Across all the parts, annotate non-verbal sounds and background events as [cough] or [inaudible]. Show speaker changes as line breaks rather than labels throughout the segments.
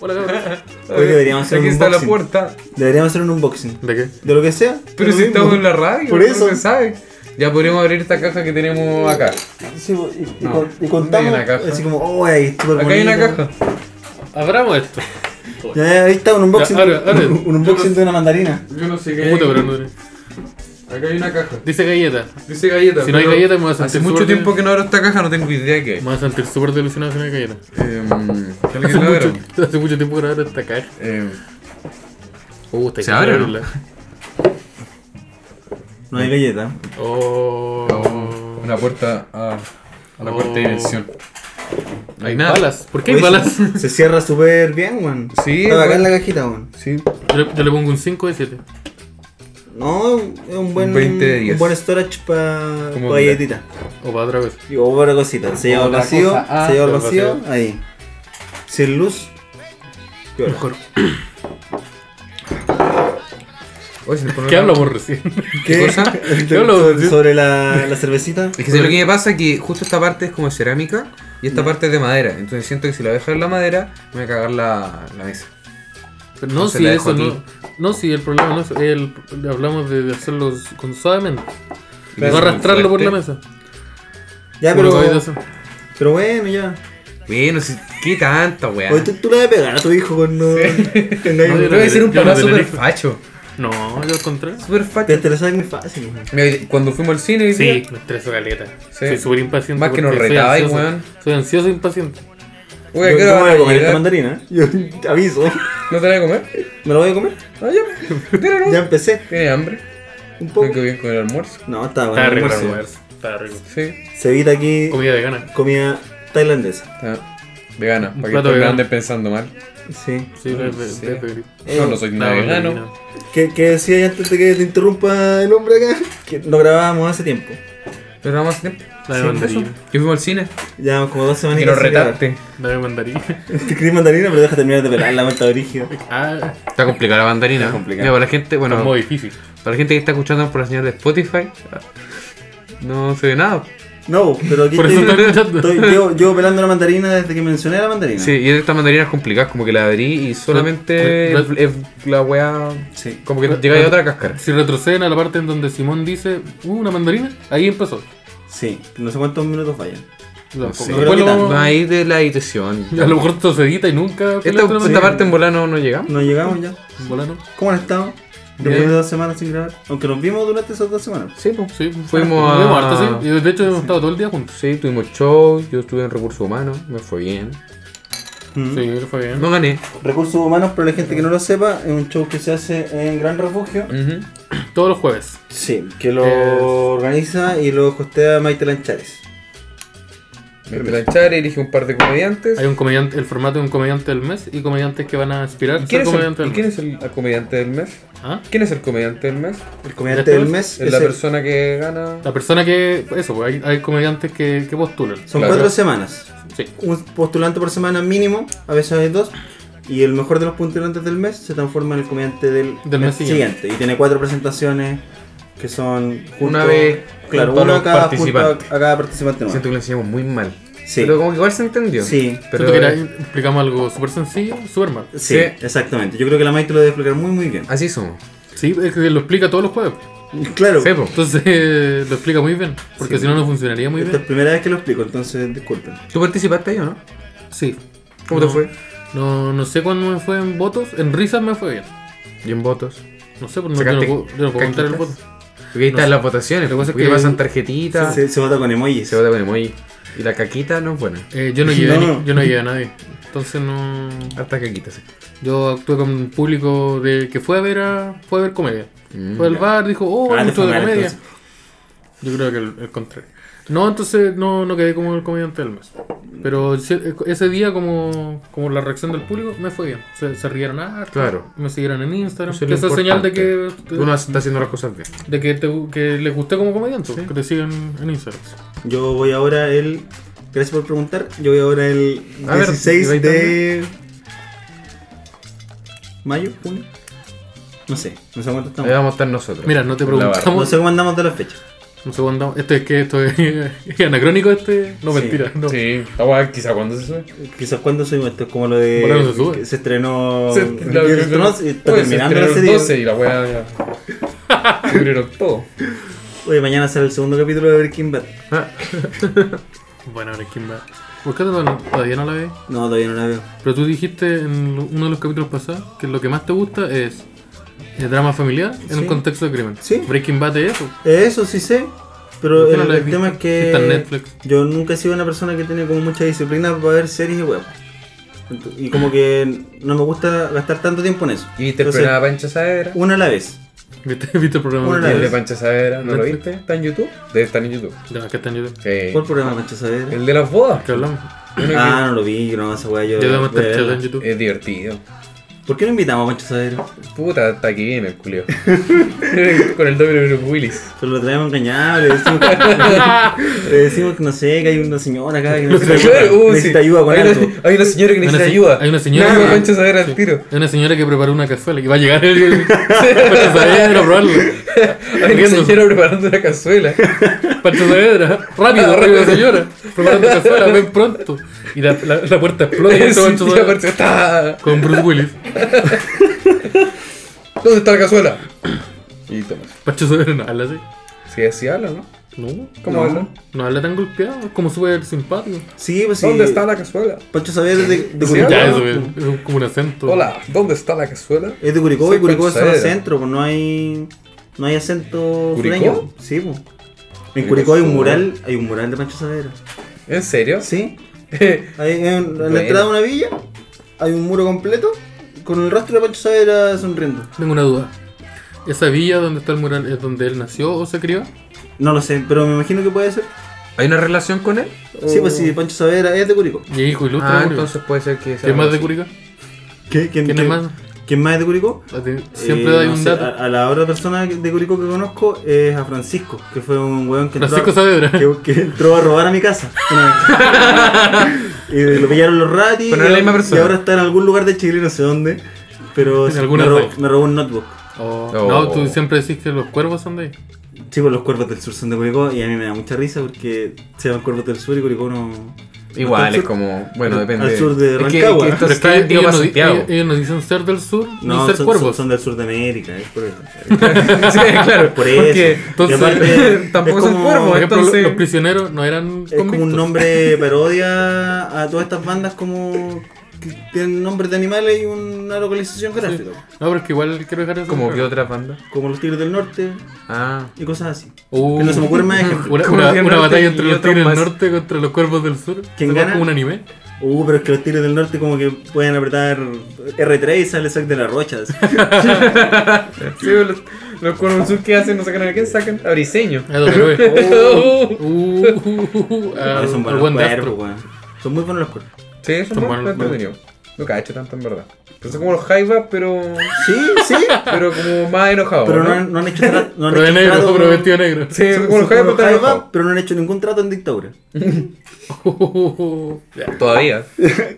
Hola, cabrón.
Hoy deberíamos hacer
Aquí
un
está la
unboxing.
puerta.
Deberíamos hacer un unboxing.
¿De qué?
De lo que sea.
Pero
de
si
lo mismo.
estamos en la radio,
Por
no
eso.
se sabe. Ya podríamos abrir esta caja que tenemos acá.
Sí, pues, y, y
No.
con- y contamos.
Hay una caja.
Así como, oh, ahí está súper
Acá hay una
bonito.
caja.
Abramos esto.
Ya, ya, ahí está un unboxing.
Ya, abre, abre.
Un, un unboxing de una mandarina.
Yo no sé qué
Puta, pero no-
Acá hay una caja.
Dice galleta.
Dice galletas.
Si no hay
pero
galletas, me voy a sentir
Hace
súper
mucho
bien.
tiempo que no abro esta caja, no tengo idea qué hay.
Me vas a sentir súper delusionado si no hay galleta.
Em, que
Hace
alguien la abra.
mucho, hace mucho tiempo que no abro esta caja.
Em,
Uh, está
¿Se
que
abre o no?
abrirla.
No hay galleta.
Oh.
Una puerta a, a la
Oh.
cuarta dimensión. No hay nada.
Balas. ¿Por qué hay
Oye,
balas?
se- Se cierra súper bien, weón.
Sí,
Está bacán
weón.
la cajita, weón.
Sí.
[laughs] Yo le, yo le pongo un 5 de 7.
No, es un buen,
20 de 10.
un buen storage para
Como mira.
galletita.
O para otra cosa.
Y o para cosita. Se lleva al
Otra
vacío,
cosa. Ah,
se lleva al
al
vacío,
vacío.
ahí. Sin luz. piola.
Mejor.
Oye, se le pone
¿Qué
una-
hablamos
[laughs]
recién?
[laughs]
¿Qué cosa?
¿Qué hablo?
sobre, sobre la, la cervecita.
Es que ¿sabes lo que me pasa es que justo esta parte es como cerámica y esta parte es de madera. Entonces siento que si la dejo en la madera, me voy a cagar la, la mesa.
Pero no,
Entonces
si
la dejo
eso no.
aquí.
No, si el problema no es. El, hablamos de hacerlo con suavemente.
Y
no
eso es
arrastrarlo por
fuerte.
la mesa.
Ya,
Como
pero,
lo acabáis de hacer.
pero bueno, ya.
Bueno, si, qué tanta, weá.
Oye, tú, tú le vas a pegar a tu hijo cuando.
[laughs]
cuando
No,
hay
yo
un-
Yo
no-
voy a ser un
yo no
papá
te
súper
tenés.
facho.
No, yo al contrario.
Súper
Te
facho.
estresas muy fácil, weón.
Mira, Cuando fuimos al cine, hoy día,
Sí, me estreso caleta. Soy súper impaciente.
Más que nos
porque soy
retabais,
ansioso.
weón.
Soy ansioso e impaciente.
Uy, ¿a
Yo-
qué
yo me voy
hora
a
van a
comer esta
llegar?
mandarina. ¿eh? Yo te aviso.
¿No te la voy a comer?
¿Me lo voy a comer?
Ah, ya.
[laughs]
Mira,
Ya
no.
empecé.
Tiene hambre.
Un poco.
Me quedó bien con el almuerzo.
No, está bueno.
Está rico el
almuerzo.
almuerzo. Está rico.
Sí.
Se evita aquí
Comida vegana.
comida tailandesa.
Está vegana.
Un
Para
plato
que después no
vegano.
andes pensando mal.
Sí.
Sí, es ve-
Mm, sí.
es vegana.
Yo no soy nada
No,
vegano.
no.
¿Qué, qué decías antes de que te interrumpa el hombre acá? Que no grabábamos hace tiempo.
Pero nada más tiempo.
Dame
Sí,
mandarina.
Yo fuimos al cine.
Llevamos como dos semanas.
Y nos retaste.
Dame
[laughs]
mandarina.
[laughs] Te querés mandarina, pero deja terminar de pelar la manta brígido.
Ah,
Está complicada la mandarina.
Está complicada.
Mira, para la gente, bueno,
es muy difícil.
para la gente que está escuchando por la señal de Spotify, no se ve nada.
No, pero aquí
Por eso estoy escuchando.
estoy- llevo, llevo pelando la mandarina desde que mencioné la mandarina.
Sí, y estas mandarinas complicadas, como que la abrí y solamente
Red- red-
es- es la weá.
Sí.
Como que
Red-
llega ahí
red-
otra
[laughs]
cáscara.
Si retroceden a la parte en donde Simón dice, uh, una mandarina, ahí empezó.
Sí. No sé cuántos minutos fallan.
Tampoco.
Sí.
creo
Después
que
lo
tanto.
vamos-
No hay de la edición.
[laughs] A lo mejor esto se edita y nunca.
Esta,
filaste una
esta
mandarina.
parte en volar no, no llegamos.
Nos llegamos ya.
Volano.
¿Cómo han estado? Después
Bien.
de dos semanas sin grabar. Aunque nos vimos durante esas dos semanas.
Sí, pues.
Sí,
Fuimos a-
Fuimos harto, sí. Y De hecho, hemos estado todo el día juntos.
Sí, tuvimos show, yo estuve en recursos humanos, me fue bien.
Mm.
Sí, fue bien.
No gané.
Recursos Humanos, para la gente que no lo sepa, es un show que se hace en Gran Refugio.
Ujú.
Todos los jueves.
Sí, que lo
Es-
organiza y lo hostea Maite Lanchares.
Me planchar, elige un par de comediantes.
Hay un comediante, el formato de un comediante del mes y comediantes que van a aspirar
¿Y
a ser
quién, es el,
comediante
y
del
quién
mes.
es el- el comediante del mes?
¿Ah?
¿Quién es el comediante del mes?
El comediante del mes
Es
es
la
el-
persona que gana.
La persona que. Eso, pues hay, hay comediantes que, que postulan.
Son
Claro.
cuatro semanas.
Sí.
Un postulante por semana mínimo, a veces hay dos. Y el mejor de los postulantes del mes se transforma en el comediante del,
Del mes siguiente.
Y tiene cuatro presentaciones que son junto-
Una vez
Claro,
junto a
una
los
a cada, junto a,
participantes.
a cada participante. nuevo.
Siento que lo enseñamos muy mal.
Sí.
Pero como que igual se entendió.
Sí.
Pero
Siento que ahí explicamos algo súper sencillo, súper mal.
Sí,
Sí.
exactamente. Yo creo que la Maite lo debe explicar muy, muy bien.
así somos.
Sí, es que lo explica todos los jueves.
Claro.
Sí, pues. po.
Entonces [laughs] eh, lo explica muy bien, porque
Sí.
si no, no funcionaría muy
Esta es
bien.
la primera vez que lo explico, entonces disculpen.
¿Tú participaste ahí o no?
Sí.
¿Cómo
No.
te fue?
No, no sé cuándo me fue en votos, en risas me fue bien.
Y en votos.
No sé, porque no, yo no
Sacaste
puedo, yo no puedo contar el voto.
caquitas. Porque ahí
No
están
sé.
las votaciones.
Lo que pasa es
porque
que-
pasan tarjetitas.
Se, se vota con emojis.
Se vota con emoji. Y la caquita no es buena.
Eh, yo no llevé,
No.
ni- yo no llevé a nadie. Entonces no.
Harta caquita, sí.
Yo actué con un público de que fue a ver a, fue a ver comedia.
Mm.
fue al bar, dijo, oh, hay
Ah, te
mucho
fue
de
mal,
comedia.
entonces.
Yo creo que el, el contrario. No, entonces no, no quedé como el comediante del mes. Pero si- eh, ese día, como, como la reacción del público, me fue bien. Se, se rieron harto,
Claro.
me siguieron en Instagram.
Eso
Esa
es lo
es señal de que,
importante. Uno está haciendo las cosas bien.
de que, te- que les gusté como comediante,
Sí.
que te sigan en Instagram.
Yo voy ahora el. Gracias por preguntar. Yo voy ahora el
A ver,
16
¿y vais
de. ¿Mayo? ¿Junio? No sé, no sé cuánto
Ahí
estamos.
vamos a estar nosotros.
Mira, no te
En la barra.
preguntamos.
No sé cómo andamos de la fecha.
No sé cuándo. Esto es que esto es, [laughs] es anacrónico este. No,
Sí.
mentira. No.
Sí, la weá quizá cuando se sube.
Quizás cuando subimos esto, es como lo de.
Bueno, no se sube.
que se estrenó.
Se- la-
que se estrenó, y está
Oye, se
terminando la
estrenaron
serie.
12 y la weá ya.
[laughs]
Cubrieron todo.
Oye, mañana sale el segundo capítulo de Breaking Bad.
Bueno, ahora quién va. ¿Por qué no- todavía no la ves?
No, todavía no la veo.
Pero tú dijiste en lo- uno de los capítulos pasados que lo que más te gusta es el drama familiar en un
Sí.
contexto de crimen.
Sí.
Breaking Bad es eso. [laughs]
Eh, Eso sí sé, pero
¿Por qué
el,
no la has
el tema es
visto? Si está en
que
Netflix.
yo nunca he sido una persona que tiene como mucha disciplina para ver series y web. Ento- Y como que no me gusta gastar tanto tiempo en eso.
Y
Entonces,
interpretaba a Pancha Saavedra.
una a la vez.
¿Viste, viste el programa
Una
de
El de
vez.
Pancha Saavedra, ¿no lo viste? ¿Está en YouTube? Debe estar en YouTube.
Ya, que está en YouTube.
Sí.
¿Cuál programa, Pancho Saavedra?
El de las bodas.
¿Qué hablamos?
Uno que
Ah, no lo vi, yo no, esa weá yo.
Yo veo
voy a
Masterchef
verla.
en YouTube.
Es divertido.
¿Por qué no invitamos a Pancho Saavedra?
Puta, está aquí bien el culio. [laughs] Con el doble de Bruce Willis.
Se lo traemos engañado, le decimos,
[laughs]
le decimos que no sé, que hay una señora acá que necesita,
Uh,
necesita
sí.
ayuda con
hay
algo.
Una, hay una señora que
Hay una
necesita
se-
ayuda.
hay una señora
Nada,
que-
que... Pancha Saavedra al tiro.
Es una señora que preparó una cazuela y va a llegar [laughs] el. el- Pancho Saavedra a probarlo.
Hay una señora preparando una cazuela.
Pancho Saavedra, rápido, rápido, señora. Preparando cazuela, ven pronto. Y la, la, la puerta
[laughs]
explota y entra
[laughs] Sí,
Pancho
y
Saavedra
aparte está-
con Bruce Willis.
¿Dónde está la cazuela? Y toma.
Pancho Saavedra no habla así.
Sí, así habla, ¿no?
No,
¿Cómo
No.
habla?
no habla tan golpeado, es como súper simpático.
Sí, pues sí.
¿Dónde está la cazuela?
Pancho Saavedra es de, de
Sí,
Curicó.
Ya,
¿no?
eso es, es un- como un acento.
Hola, ¿dónde está la cazuela?
Es de Curicó
Soy
y Curicó es zona
Pancho Saavedra.
centro, pues no hay. No hay acento
¿Curicó?
sureño. Sí, pues. En
Curicó
Curicó hay un
sur.
mural, hay un mural de Pancho Saavedra.
¿En serio?
Sí. [laughs] Hay, en, en
Bueno.
la entrada de una villa hay un muro completo con el rostro de Pancho Saavedra sonriendo.
Tengo una duda. ¿Esa villa donde está el mural es donde él nació o se crió?
No lo sé, pero me imagino que puede ser.
¿Hay una relación con él?
Sí, pues sí, Pancho Saavedra es de Curicó.
Y es hijo ilustre.
Ah,
de Curicó.
entonces puede ser que sea.
¿Qué más
algo
de
así.
Curicó?
¿Qué? ¿Quién,
¿Quién es
quién-
más?
¿Quién más es de Curicó?
Siempre
Eh,
hay
no
un
sé,
dato.
A, a la otra persona de Curicó que conozco es a Francisco, que fue un weón que entró,
Francisco
a,
Saavedra.
que, que entró a robar a mi casa.
[laughs]
y lo pillaron los ratis.
Pero no es la
y-
misma persona.
Y ahora está en algún lugar de Chile, no sé dónde. Pero
En
sí,
alguna
me, robó,
raíz.
me robó un notebook.
Oh,
Oh.
No, tú siempre decís que los cuervos son de ahí.
Chicos, los cuervos del sur son de Curicó y a mí me da mucha risa porque se llaman cuervos del sur y Curicó no. no está al
Igual, es
sur.
como. Bueno,
al
depende.
sur de
Es que-
Rancagua.
que esto
Pero es
está
que
en
ellos,
idioma
no, di-
Santiago.
ellos- ellos no dicen ser del sur ni
No,
ser
son,
cuervos.
son del sur de América, es por
[laughs]
eso.
Sí, claro.
Por eso.
Porque
entonces,
[laughs]
aparte,
tampoco
es
son
como-
cuervos,
Por ejemplo,
entonces.
los prisioneros no eran
Es como
convictos.
un nombre parodia a todas estas bandas como que tienen nombres de animales y una localización gráfica.
No, pero es que igual quiero dejar eso.
Como que
yo
otras bandas.
Como los Tigres del Norte
Ah.
y cosas así. Pero no se me ocurre
uh, [laughs] una,
más ejemplos.
Como
una-
que el
una
norte
batalla
y
entre los
otros
tigres del
más.
norte contra los cuervos del sur.
¿Quién
Se va
gana?
Como un
[laughs]
anime.
Uh, pero es que los Tigres del Norte como que pueden apretar R3 y sale Zack de
[laughs]
las Rochas.
Sí, los, los cuervos sur que hacen, no sacan a quién sacan. A Briseño.
Ah, W.
Oh.
Uh, uh, uh, uh, al-
No, son
al
buenos
buen
cuerpos,
Dastro.
weón. Son muy buenos los cuerpos.
[laughs] Sí, eso
Son
es
buenos,
bueno, entretenido. No cacho tanto en verdad. Pero son como los Jaivas, pero.
Sí, sí.
[laughs]
Pero como más enojados.
Pero no
¿no?
han, no han hecho tra- no han
Pero de
hecho
negro,
trato
pero
con-
vestido de negro.
Sí,
son-
como
son como
los Jaivas, pero
los
enojados.
Jaiba, pero no han hecho ningún trato en dictadura.
[laughs] Ya.
Todavía.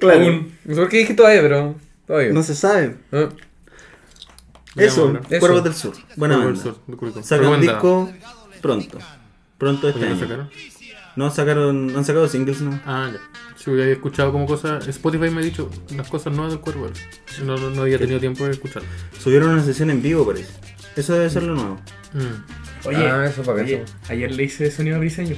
claro.
No sé por qué dije todavía, pero. Todavía.
No se sabe.
Ah,
Eso,
bueno.
Eso.
Cuervos del Sur. Buena
Cuervos del
banda.
sur, de Curicó.
Sacan
Pero
un
banda.
disco pronto. Pronto este
¿Ya lo
año.
sacaron?
No sacaron, no han sacado singles, no.
Ah, ya. Sí, ya he escuchado como cosas. Spotify me ha dicho las cosas nuevas del cuervo. No, no, no había tenido tiempo de escuchar.
Subieron una sesión en vivo, parece. Eso debe ser lo nuevo.
Mm.
Oye,
Ah, eso es bacán,
oye,
eso.
ayer le hice sonido a Briseño.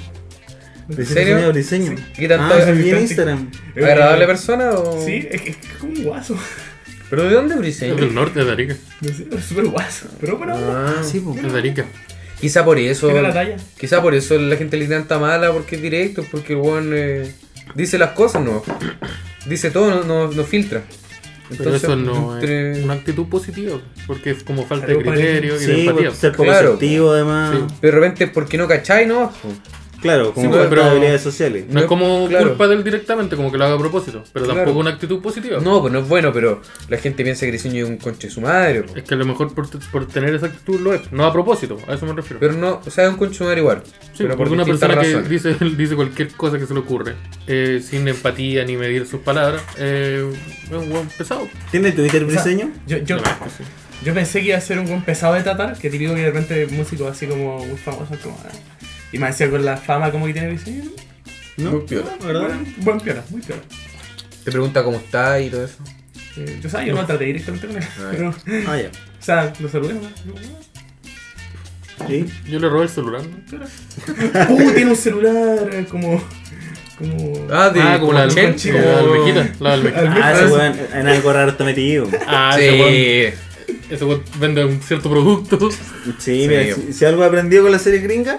¿En
serio?
Diseño.
¿Qué tanto
Ah,
es
sí, vi en
importante?
Instagram.
¿Agradable persona o.?
Eh, Sí, es que es que es como un guaso. [laughs]
¿Pero de dónde
Es
Briseño?
del norte, es de Arica.
No sé, es súper guaso. Pero bueno,
Ah,
Sí, pues, po.
Es de Arica.
quizá por eso.
tiene la talla.
Quizá por eso la gente le tanta mala, porque es directo, porque el weón eh, dice las cosas, no. Dice todo, no, no, no filtra.
Pero eso no
entre-
es una actitud positiva, porque es como falta de
Salud, padre.
criterio y de
Sí,
empatía.
por ser poco
Claro,
asertivo, además.
Pero de repente, porque no cacháis, no?
Claro, como
pues,
Sí,
falta
pero-
de habilidades sociales.
No es como
Claro.
culpa de él directamente, como que lo haga a propósito, pero
Claro.
tampoco una actitud positiva.
No, pues no es bueno, pero la gente piensa que Briseño es un conche su madre, po.
Es que a lo mejor por, por tener esa actitud lo es, no a propósito, a eso me refiero.
Pero no, o sea, es un conche su madre igual.
sí,
pero por
porque una
distintas
persona que
razones.
dice, [laughs] dice cualquier cosa que se le ocurre, eh, sin empatía ni medir sus palabras, eh, es un hueón pesado.
¿Tiene Twitter briseño?
Yo, yo, yo pensé que iba a ser un buen pesado de tratar, que típico que de repente músicos así como muy famosos, como. ah, Y más encima con la fama como que tiene Briseño. ¿no?
¿No?
Muy piola.
Ah, ¿Verdad?
Buen- Buen piola, muy piola.
Te pregunta cómo está y todo eso.
Eh, yo, o sea, yo no traté directamente con él.
Ah,
Pero,
Ah, ya.
o sea, lo saludé. ¿no? Yo,
Sí.
Yo le robé el celular. ¿no?
"Ah". Uh, tiene un celular eh, como. como.
Ah, de,
ah, como la,
Chen.
alme- como la almejita. La almejita.
Ah, ese weón en algo raro está metido.
[laughs] Ah, ese weón-
Sí.
ese weón vende un cierto producto.
Sí,
Sí.
mira, si, si algo aprendió con la serie gringa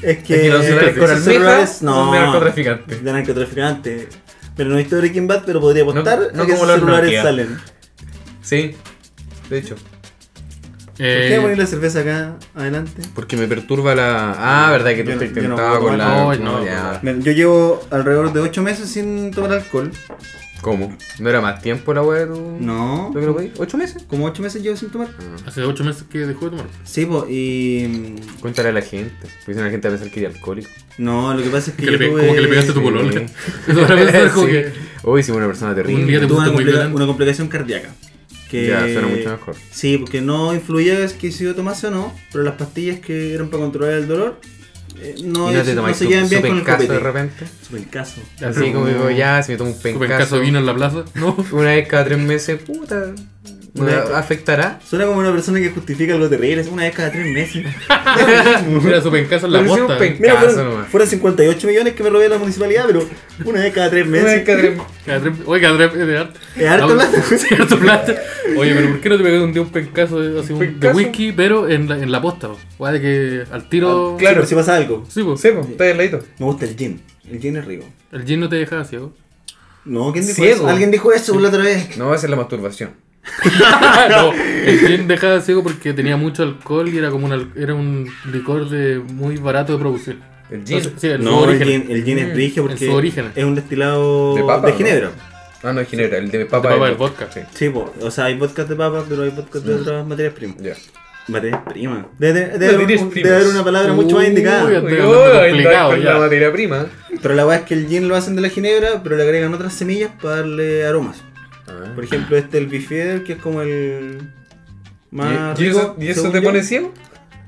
es que,
Es que los celulares
esos
con almeja
no,
son de narcotraficantes.
De narcotraficantes. Pero no he visto Breaking Bad, pero podría apostar
no
a que
como
esos
los
celulares
Nokia.
salen.
Sí. De hecho.
¿Por qué poner
Eh,
la cerveza acá adelante?
Porque me perturba la. Ah, verdad que tú
Yo no-
te
yo no
intentaba
puedo
con la.
tomar. No, no,
ya.
Mira, Yo llevo alrededor de 8 meses sin tomar alcohol.
¿Cómo? ¿No era más tiempo la weá de tu.?
No.
¿Lo que lo pedí? ¿Ocho meses?
Como 8 meses llevo sin tomar.
hace 8 meses que dejó de tomar.
Sí, po, y.
Cuéntale a la gente. Porque si no, la gente va a pensar que eres alcohólico.
mm, No, lo que pasa es que.
Que le
yo
pe-
tuve-
como que le pegaste a tu
Sí.
polola. Eso para pensar como que.
Hoy hicimos una persona terrible.
Un día te
tuve una,
pusiste muy
complica-
violento.
una complicación cardíaca. Que...
Ya, suena mucho mejor.
Sí, porque no influía es que si yo tomase o no, pero las pastillas que eran para controlar el dolor eh, no,
y no
es-
te
no
tomáis
se
tu
llevan bien con el
supercaso
copete.
de repente.
Supercaso.
Así como digo, ya, si me tomo un
Como en caso
pencaso.
vino en la plaza. No. [laughs]
Una vez cada tres meses, puta. ¿me
Una vez-
afectará?
Suena como una persona que justifica algo terrible, es una vez cada tres
[laughs]
meses.
Era su pencaso en la eh.
Pero hicimos
posta.
penca-
Mira,
Caso
fueron,
nomás.
fueron 58 millones que me robé la municipalidad, pero una vez cada tres meses.
Una vez cada tres meses.
Cada tres- Oye, cada tres es de arte.
Es harto
Ah,
[laughs] plata.
[laughs] sí, harto plata. Oye, pero ¿por qué no te pegaste un día un pencazo de, así, un- de
pencazo?
whisky, pero en la, en la posta? po? Guay, de que al
Ah,
tiro.
Sí, pero si pasa algo.
Sí, po.
Sepo, está ahí al ladito.
Me gusta el gin. El gin es rico.
El gin no te dejaba ciego. [laughs]
No, ¿quién dijo
Ciego.
eso? Alguien dijo eso la otra vez.
No va a ser la masturbación.
no, el gin dejaba ciego porque tenía mucho alcohol y era como un, al- era un licor de muy barato de producir.
El gin.
Entonces, sí, el
No, el
origen.
gin, el gin es brigio
en
porque
su origen.
es un destilado
De
de,
papa, ¿no?
ginebra.
Ah, no, es Ginebra, el de
De
papa.
papa
del
del vodka.
Sí.
Sí, po, o sea, hay vodka de papa, pero hay vodka de otras materias primas.
Ya.
Materias primas. Debe, debe- debe
Materias
haber un-
primas.
debe haber una palabra mucho más indicada.
Uy,
Uy,
andando
Oh, ahí está
complicado
con
ya.
la materia prima.
Pero la verdad es que el gin lo hacen de la ginebra, pero le agregan otras semillas para darle aromas.
Ah.
Por ejemplo, este el Bifieder, que es como el más
¿Y, y eso,
rico,
y eso
según
te
yo.
pone ciego?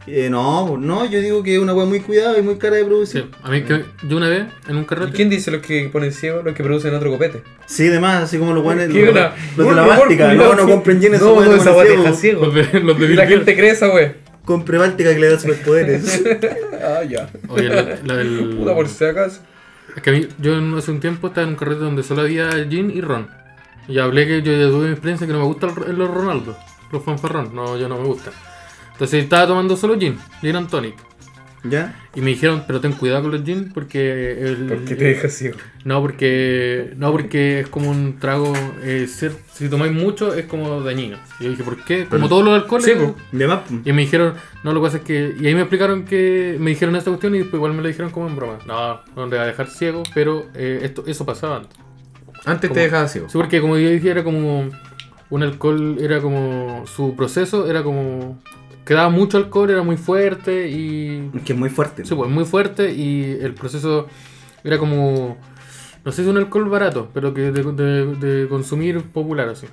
Eh, no, po, no, yo digo que es una hueá muy cuidada y muy cara de producir.
Sí, a mí que yo una vez en un
Mm. ¿Y
carrete.
quién dice los que ponen ciego? Los que producen otro copete.
Sí, además, así como los guanes,
Qué
los,
una-
los de
un
la
humor
Báltica,
culiao,
no, no
sí.
compren gin, esa
No,
hueá
no,
te
esa
pone
hueá te
ciego.
deja ciego.
Pues,
Los de, los de
[laughs]
Y la
Bill
gente cree esa wea.
Compre Báltica que le da superpoderes.
Ah, ya.
Gates. Oye, la, la del.
[laughs] Puta,
pues.
por si acaso.
Es que a mí, yo en- hace un tiempo estaba en un carrete donde solo había gin y ron. Y hablé que yo ya tuve mi experiencia que no me gustan el- los Ronaldos, los fanfarrón, no, yo no me gustan. Entonces estaba tomando solo gin, gin and tonic.
¿Ya?
Y me dijeron, pero ten cuidado con los gin porque el,
¿Por qué te deja ciego?
no porque no porque es como un trago eh, cier- si tomáis mucho es como dañino. Y yo dije, ¿por qué? Como todos los alcoholes.
Sí, po.
De más, po.
Y me dijeron, no, lo que pasa es que. Y ahí me explicaron que. Me dijeron esta cuestión y después igual me lo dijeron como en broma. No, no te va a dejar ciego, pero eh, esto, eso pasaba antes.
Antes
¿Cómo?
te dejaba ciego.
Sí, porque como yo dije, era como. Un alcohol era como. Su proceso era como. Quedaba mucho alcohol, era muy fuerte y.
que es muy fuerte.
Sí, pues muy fuerte y el proceso era como. No sé si un alcohol barato, pero que de, de- de consumir popular así.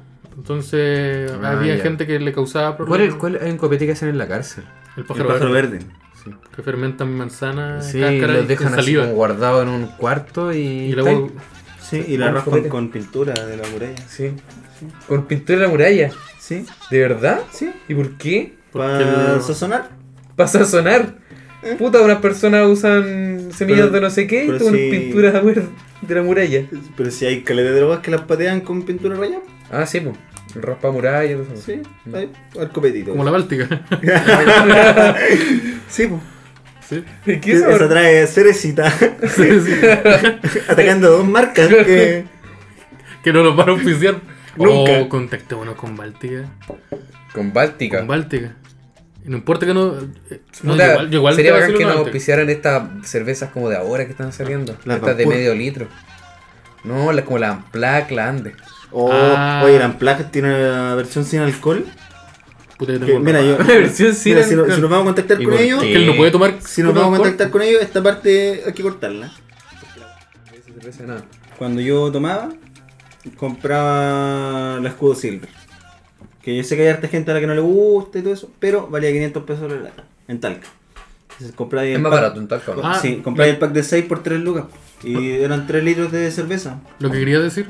Entonces
Ah,
había
ya.
gente que le causaba
¿Cuál,
problemas.
es, ¿Cuál hay un copete que hacen en la cárcel?
El
El
pájaro,
pájaro
verde,
verde.
Que fermentan manzana,
Sí,
cáscara
los
y con
dejan así
saliva.
como guardado en un cuarto y.
Y
está ahí.
luego
Sí, y la
Ah,
raspan
copete.
con pintura de la muralla.
Sí. Con pintura en la muralla.
Sí,
¿De verdad?
sí.
¿Y por qué?
Porque
Para
el-
sazonar.
Pasa a sonar. Puta, unas personas usan semillas
Pero-
de no sé qué y
pero
toman
sí.
pintura de la, de la muralla.
Pero si hay caleta de drogas que las patean con pintura rayada.
Ah, sí, pues. Raspa muralla, todo eso.
Sí, ahí, al copetito.
como la [laughs] Báltica.
[laughs] Sí, po.
sí.
¿Y qué
Eso
sabor?
trae cerecita. [laughs]
[laughs]
Atacando dos marcas que.
Que no nos van a oficiar.
Nunca.
O contacto bueno con Báltica.
Con Báltica.
Con Báltica. Y no importa que no. eh, no,
Puta,
yo igual- yo igual
sería
te voy a
bacán
hacer
que
una
nos
Báltica.
auspiciaran estas cervezas como de ahora que están saliendo.
Las
estas de
Vampur.
medio litro. No, la- como la Amplac, la Andes.
Oh,
Ah.
Oye, la Unplugged tiene una versión sin alcohol.
Puta, yo
Que,
tengo- [laughs]
mira, yo.
La versión sin
mira, si, no-
alcohol.
si nos vamos a contactar
¿Y
con
por
ellos,
qué?
Que él no puede tomar.
si nos
puro
vamos a
alcohol.
contactar con ellos, esta parte hay que cortarla.
Esa cerveza, nada.
Cuando yo tomaba, compraba la escudo silver. Que yo sé que hay harta gente a la que no le gusta y todo eso, pero valía 500 pesos la lata, en talca. Entonces, compráis
Es
el
más
pack-
barato en Talca, ¿o ¿no?
Ah,
sí, compráis el pack de 6 por 3 lucas. Y eran 3 litros de cerveza.
Lo que quería decir,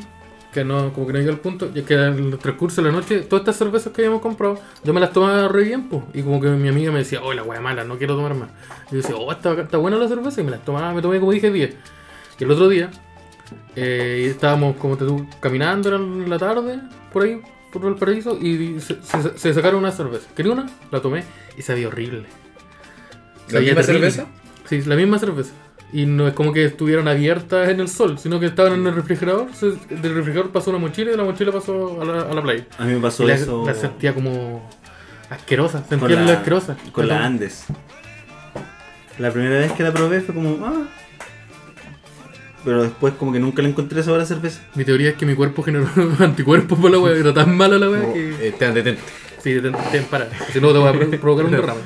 que no, como que no llegué al punto, es que en el transcurso de la noche, todas estas cervezas que habíamos comprado, yo me las tomaba re bien, po, y como que mi amiga me decía, oh, la wea mala, no quiero tomar más. Y yo decía, oh, está, bacán- está buena la cerveza, y me las tomaba, me tomé como dije 10. Y el otro día, eh, estábamos como te digo, caminando era en la tarde, por ahí, por el paraíso, y se, se- se sacaron una cerveza. Quería una, la tomé, y sabía horrible.
¿La
Sabía
misma
terrible.
cerveza?
Sí, la misma cerveza. Y no es como que estuvieran abiertas en el sol, sino que estaban en el refrigerador. se- del refrigerador pasó una mochila y de la mochila pasó a la, a la playa.
A mí me
Y
pasó
la,
eso
la sentía como asquerosa,
con
sentía la,
la,
asquerosa.
con la
Era
Andes. La primera vez que la probé fue como, ah. Pero después como que nunca le encontré sabor a cerveza.
como- Mi teoría es que mi cuerpo generó [laughs] anticuerpos por la wea, era tan mala la wea
Como,
que.
eh, te- te- te-
Sí, ten, ten para. Si no, te voy a pro- provocar
[laughs]
un derrame.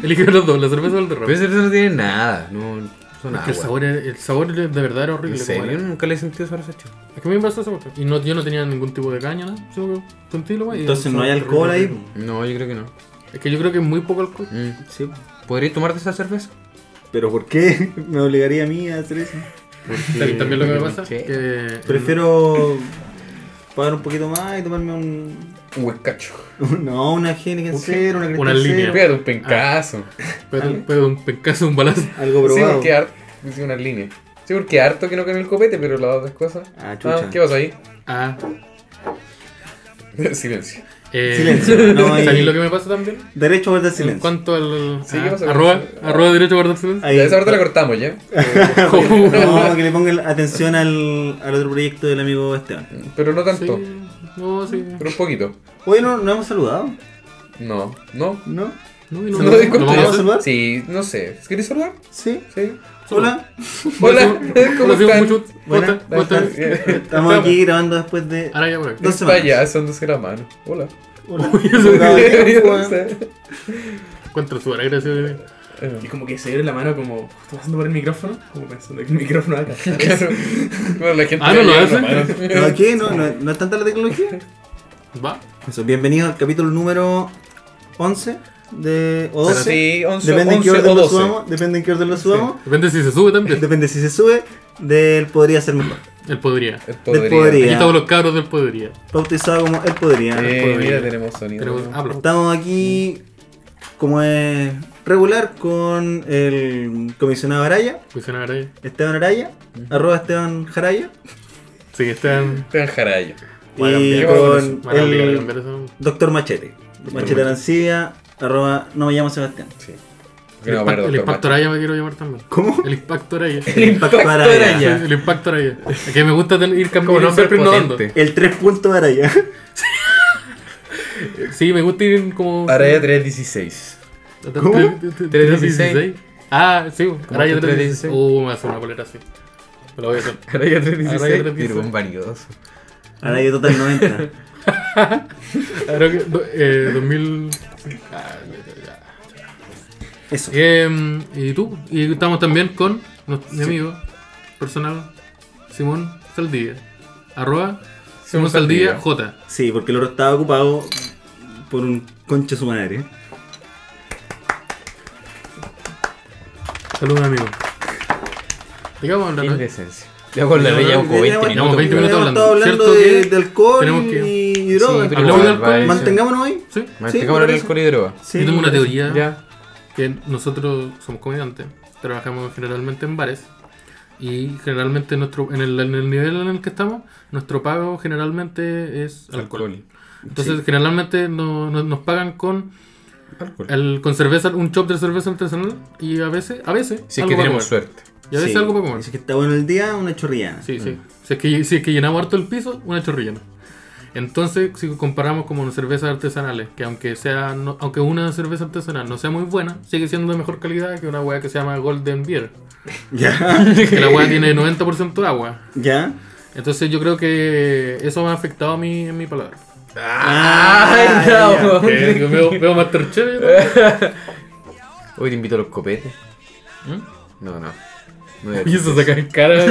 Elige los dos, la cerveza o el
Pero
derrame.
esa cerveza no tiene nada, no
Es
son
Ah,
agua.
que el sabor, era- el sabor de de verdad era horrible.
¿En
como
serio?
era.
Nunca le he sentido sabor a esa chupa.
Es que a mí me pasó esa cuestión. Y no, yo no tenía ningún tipo de caña, ¿no? Sino que sentí la wea y el
Entonces no
sabor
hay
era
alcohol ahí.
horrible.
No, yo creo que no.
Es que yo creo que es muy poco alcohol.
Mm.
Sí.
¿Podrías tomarte esa cerveza?
Pero ¿por qué [laughs] me obligaría a mí a hacer eso?
Mm. ¿Sabes también lo que me
porque
pasa?
me
Que
Prefiero pagar un poquito más y tomarme un...
Un huescacho.
No, una Heineken cero, una
Una
Crystal
línea.
cero.
Pégate un pencazo.
Ah. pero, pero un pencazo, un balazo.
Algo
Sí,
probado.
porque harto. Sí, una línea. Sí, porque harto que no cambió el copete, pero las otras cosas.
Ah, chucha.
¿Qué pasó ahí? [laughs]
Ah,
Silencio.
eh,
Silencio, no hay-
¿Sabéis lo que me pasa también?
Derecho a guardar
En
silencio.
cuanto al.
Sí,
ah,
¿qué pasa?
arroba, arroba derecho a guardar silencio.
Ahí.
Ya, esa parte la cortamos, ¿ya?
[laughs] No, que le ponga la atención al, al otro proyecto del amigo Esteban.
Pero no
Sí,
tanto.
no, sí.
Pero un poquito.
Oye, ¿no, no hemos saludado?
No, no.
¿No?
No, y
No,
no,
no discuto.
vamos a
vamos a
eso.
saludar?
Sí, no sé. ¿Quieres saludar?
¿Sí?
Sí.
¿Hola?
[laughs]
Hola, ¿cómo
Lo sigo
están?
mucho. ¿Cómo
Buena.
están? ¿Cómo están?
Estamos aquí grabando después de...
Ahora ya, por aquí.
Dos
Está
semanas.
allá, dándose la mano. Hola.
Hola. Ah,
[laughs]
[laughs]
Encuentro su gracias. bebé.
Y como que se dio la mano como justo pasando por el micrófono, como pensando que el micrófono va a captar.
Claro. Bueno, la gente
Ah, no lo
llega
hacen.
nomás.
¿No, ¿Qué? ¿No, no, no es tanta la tecnología?
Va.
Eso, bienvenidos al capítulo número 11 de, o 12.
Sí, 11,
Depende en qué
11
orden
o
lo
12.
subamos. Depende en qué orden lo subamos.
Depende si se sube también.
Depende si se sube. Del podría ser mejor.
El podría.
El
Del
podría.
Aquí
podría.
estamos los cabros del podría.
Bautizado como el podría.
Eh, mira, tenemos sonido.
Tenemos.
¿no?
Ah, pero-
Estamos aquí, como es regular, con el comisionado Araya,
Funciona ahora.
Esteban Araya, arroba Esteban Jaraya,
Sí, que están.
Gran jarayo.
Voy a
y
cambiar,
voy a
con
Van a obligar a
el
cambiar eso.
doctor Machete, Machete Arancibia, arroba no me llamo Sebastián.
Sí.
El,
No,
impact-
bueno,
el
doctor
impacto Araya me quiero llamar también.
¿Cómo?
El impacto Araya. [laughs]
El impacto Araya.
Sí, El impacto Araya. Es que me gusta tener- ir
Como
cambiando,
nombre
siempre innovando.
potente.
El tres puntos Araya.
Sí, me gusta ir como.
Machete. Araya 316.
¿Cómo?
316. Ah, sí, Araya 316.
316.
Uh, me hace una polera así. Me la voy a hacer.
Araya
316.
316. Pero un vanidoso.
Araya Total 90.
Creo que. do- Eh, 2000. Ah, ya, ya. [laughs]
Eso.
Eh, y tú. Y estamos también con nuestro, mi amigo personal, Simón Saldivia. Arroba Simón
Simón
Saldivia
Saldivia.
J.
Sí, porque el otro estaba ocupado por un concha su madre.
Saludos, amigo. Digamos,
Qué
la
indecencia. Ya con la
No,
ley
no,
ya como
no,
20
no,
minutos.
no, 20 minutos.
weón.
Hemos estado
hablando,
hablando de,
¿cierto?
de alcohol
Tenemos que-
y
Sí,
drogas.
pero
Hablamos
igual,
de alcohol,
vale, sí.
Mantengámonos ahí.
Sí.
Mantengámonos
Sí,
en el alcohol y droga.
Sí,
Yo tengo una
por eso.
teoría
Ya.
que nosotros somos comediantes, trabajamos generalmente en bares y generalmente nuestro en el, en el nivel en el que estamos, nuestro pago generalmente es alcohol.
Alcohol.
Entonces generalmente no- no- nos pagan con
Alcohol.
el, con cerveza, un chop de cerveza artesanal y a veces, a veces
Si es
algo
que
para
tenemos
comer.
suerte.
Y a veces
Sí,
algo para comer.
Dice que está bueno el día, una chorrillada.
Sí, sí. Mm. Si es, que, si es que llenamos harto el piso, una chorrillana. Entonces, si comparamos como cervezas artesanales, que aunque sea no- aunque una cerveza artesanal no sea muy buena, sigue siendo de mejor calidad que una weá que se llama Golden Beer.
[laughs] Ya,
Que [laughs] la weá tiene 90% de agua.
ya.
Entonces, yo creo que eso me ha afectado a mí en mi palabra.
Ah, ya.
Que yo veo, veo Masterchef y [laughs] todo.
Hoy te invito a los copetes.
¿Mm?
No, no.
[laughs]
No voy a-
Y eso [laughs] sacar en cara.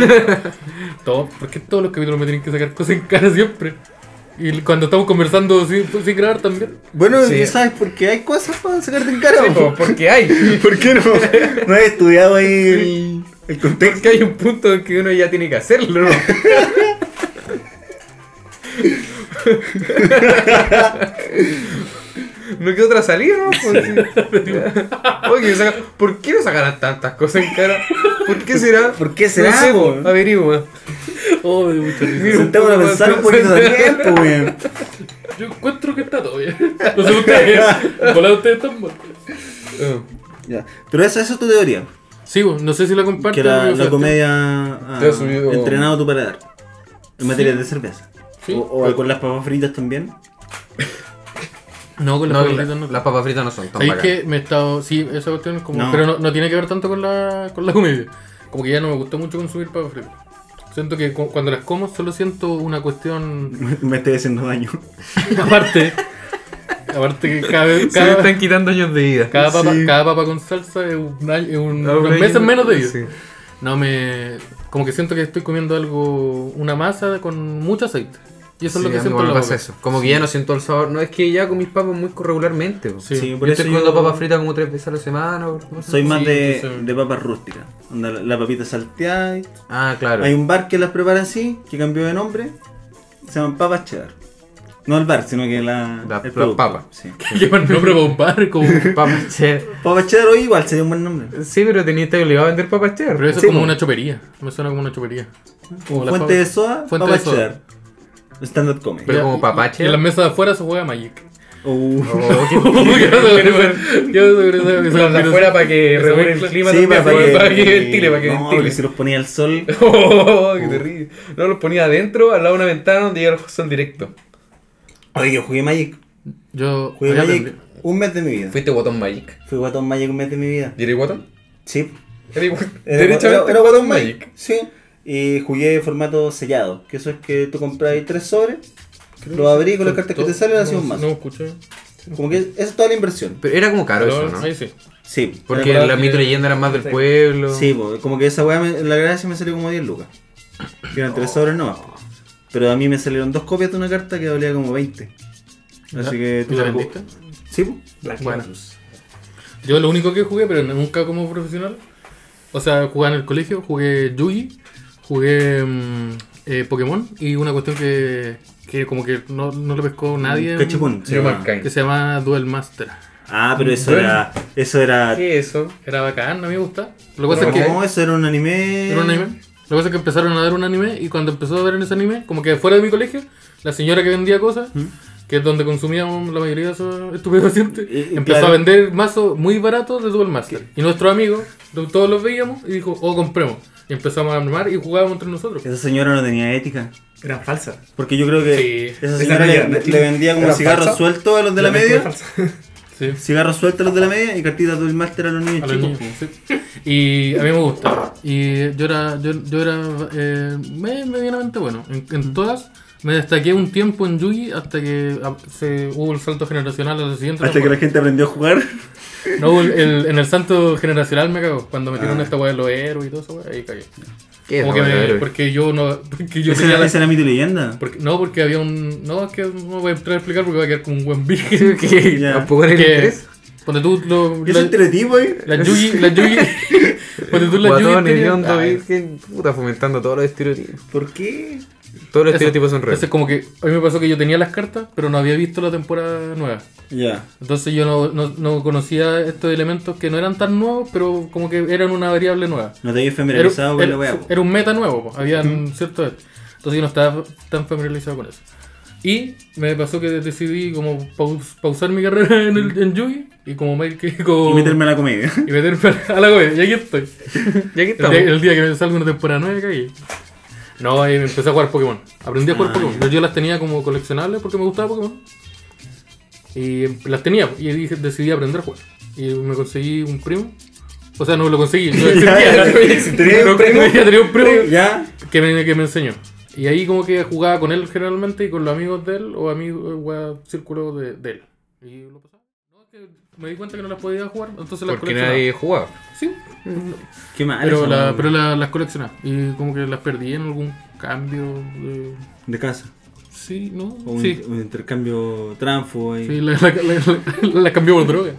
Todo, ¿Por qué todos los capítulos me tienen que sacar cosas en cara siempre? Y cuando estamos conversando sin, sin grabar también.
Bueno,
Sí.
¿sabes por qué hay cosas para sacarte en cara?
Sí,
po?
po, porque hay.
¿Por
[laughs]
qué no? [laughs] No he estudiado ahí el, el contexto.
Porque hay un punto en que uno ya tiene que hacerlo. ¿no? [laughs] No queda otra salida, ¿no? Pues, sí.
[laughs]
Oye, saca- ¿por qué no sacarán tantas cosas en cara? ¿Por qué será?
¿Por qué será,
No sé,
po?
po, averigua.
Oh, me dio mucha risa.
Mira, un
Sentémonos a
poco
pensar pues.
más-
un poquito de tiempo, weón.
Yo encuentro que está todo bien. [laughs] No sé [laughs] ustedes. Volá ustedes están muertos.
Eh,
Ya. Pero esa, esa es tu teoría.
Sí, vos, no sé si la comparten.
Que la,
pero yo
la
sé.
comedia ha
Te ha subido-
entrenado tu paladar. En materia de cerveza.
Sí.
O,
Pues
o con las papas fritas también. [laughs]
No, con la
No,
comedia
la-
no.
las papas fritas no son tan
Sabéis
bacanas.
que me he estado. Sí, esa cuestión es como.
No.
Pero no, no tiene que ver tanto con la, con la comedia. Como que ya no me gustó mucho consumir papas fritas. Siento que cu- cuando las como solo siento una cuestión. [laughs]
Me, me estoy haciendo daño.
aparte. Aparte que cada vez.
Se le
Cada,
están quitando años de vida.
cada papa,
Sí.
cada papa con salsa es un, año- es un-
Ahora
unos
hay-
meses menos de vida.
Sí.
No me. Como que siento que estoy comiendo algo. Una masa con mucho aceite. Y eso
Sí,
es lo que
a mí
siento en
igual
la
me pasa
boca.
eso. Como que ya no siento el sabor. No, es que ya con mis papas muy regularmente. po.
Sí.
Sí,
Yo
por eso
estoy comiendo
yo
papas fritas como tres veces a la semana. o cosas.
Soy más
Sí,
de,
yo soy-
de papas rústicas. Onda, la, la papita salteada. y-
Ah, claro.
Hay un bar que las prepara así, que cambió de nombre. Se llaman papas cheddar. No el bar, sino que la,
La-
el
la
producto.
papa.
Sí.
Qué buen nombre para un bar, como- [laughs]
Papas cheddar.
Papas cheddar hoy igual sería un buen nombre.
Sí, pero tenías que obligado a vender papas este cheddar.
Pero eso
Sí,
es como
po.
una chopería. Me suena como una chopería. Como la
Fuente
papa-
de soda,
Fuente
papas
de soda.
cheddar. Stand-up comedy.
Pero
Ya,
como
y-
papache.
Y en las mesas de afuera se juega Magic.
Uh.
Oh, qué-
Yo sobre esa- yo sobre esa- esa
Las de
[laughs] combinación.
afuera para que
Esa
regule el
mezcla.
clima
Sí,
también,
para
para,
que,
que ventile, para que
no, porque
ventile.
[laughs]
si los ponía al sol.
Oh, qué terrible. No, los ponía adentro, al lado de una ventana donde llegaba el sol directo.
Oye, yo jugué Magic.
Yo
Jugué
había
Magic
aprendido-
un mes de mi vida.
¿Fuiste guatón Magic?
Fui guatón Magic un mes de mi vida.
¿Y eres guatón?
Sí.
Eres guatón.
Era, era- era guatón Magic. Sí. Y jugué formato sellado. Que eso es que tú compras tres sobres, los abrís con las cartas que te salen, hacías un
No,
mazo.
No escuché.
Como que esa es toda la inversión.
Pero era como caro eso,
Pero
¿no?
Ahí sí.
Sí.
Porque
Era
la
que-
mito y leyenda eran más del pueblo.
Sí, po, como que esa weá, me- la gracia me salió como 10 lucas. Que eran tres sobres nomás. po. Pero a mí me salieron dos copias de una carta que valía como 20. Así que
¿Y la
la-
vendiste?
Sí, po.
Las
Bueno.
clases.
Yo lo único que jugué, pero nunca como profesional. O sea, jugaba en el colegio, jugué Yugi, jugué mm, eh, Pokémon y una cuestión que, que como que no, no le pescó nadie. en-
Cachipún. se
Yo
llama.
Mankind.
Que se llama Duel Master.
Ah, pero eso
Bueno.
era. Eso era.
¿Qué es eso?
Era bacán, a mí me gusta. Lo que pasa
no,
es que.
eso era un anime.
Era un anime. Lo que pasa es que empezaron a dar un anime y cuando empezó a ver en ese anime, como que fuera de mi colegio, la señora que vendía cosas, que es donde consumíamos la mayoría de esos estupefacientes,
Y- y
empezó
claro.
a vender mazos muy baratos de Duel Master. Y nuestros amigos, lo- todos los veíamos y dijo, oh, compremos. Y empezamos a armar y jugábamos entre nosotros.
Esa señora no tenía ética.
Eran falsas.
Porque yo creo que
Sí.
esa
Esa
señora le,
era la-
le vendía como
¿Era
cigarros
falsa?
sueltos a los de la
Eran
media.
falsas.
Sí.
Cigarros sueltos a los de la media y cartitas del máster a los niños
A los
chicos.
niños, sí. Y a mí me gusta. Y yo era, yo, yo era eh, me- medianamente bueno. En, en todas me destaqué un tiempo en Yugi hasta que ah, se, hubo el salto generacional a la siguiente.
Hasta que la
temporada.
gente aprendió a jugar.
No, hubo el, el- en el salto generacional me cago. Cuando me en esta weá de los héroes y todo eso, weá, ahí cagué.
¿Qué es
Como
Ah. la
que
weá,
me-
héroe?
porque yo no. Porque yo
Esa
tenía
era,
la-
esa era mito y leyenda.
porque- no, porque había un. No, es que no voy a entrar a explicar porque va a quedar como un buen
Sí,
virgen.
que
Ya.
tampoco era el
Que,
interés.
cuando tú lo,
Ese
la,
estereotipo, eh.
la Yugi. La Yugi. Cuando tú la
Guatón,
Yugi. tenía-
hediondo,
Ah,
virgen, puta, fomentando todos los estereotipos.
[laughs] ¿Por qué?
Todos los
Eso.
estereotipos son reales.
Entonces como que a mí me pasó que yo tenía las cartas, pero no había visto la temporada nueva.
Ya.
Entonces yo no, no- no conocía estos elementos que no eran tan nuevos, pero como que eran una variable nueva.
No te había
Era,
familiarizado con
era-
la weá. po.
era un meta nuevo, po. había cierto... Entonces yo no estaba tan familiarizado con eso. Y me pasó que decidí como paus- pausar mi carrera en, el, en Yugi y como me que [laughs] como-
Y meterme a la comedia.
y meterme a la web. Y aquí estoy.
Ya que
El
estamos.
día, el día que me salga una temporada nueva caí. No, ahí me empecé a jugar Pokémon. Aprendí a jugar
Ah,
Pokémon. Yo, yo las tenía como coleccionables porque me gustaba Pokémon. Y las tenía y dije, decidí aprender a jugar. Y me conseguí un primo. O sea, no lo conseguí.
[laughs]
Yo
Ya,
existía.
si tenías un
No,
primo.
ya [laughs] tenía un primo
[laughs] Ya.
que me, que me enseñó. Y ahí como que jugaba con él generalmente y con los amigos de él o amigos, wea, círculo de, de él. Y lo pasaba. No, es que me di cuenta que no las podía jugar, entonces las
Porque
coleccionaba.
nadie jugaba.
Sí,
Qué mal.
pero,
eso,
la,
weón.
pero la- las coleccionaba y como que las perdí en algún cambio. de-
De casa.
Sí, no.
O un,
Sí.
un intercambio tránfugo ahí.
Sí, la, la, la, la- la cambió por droga.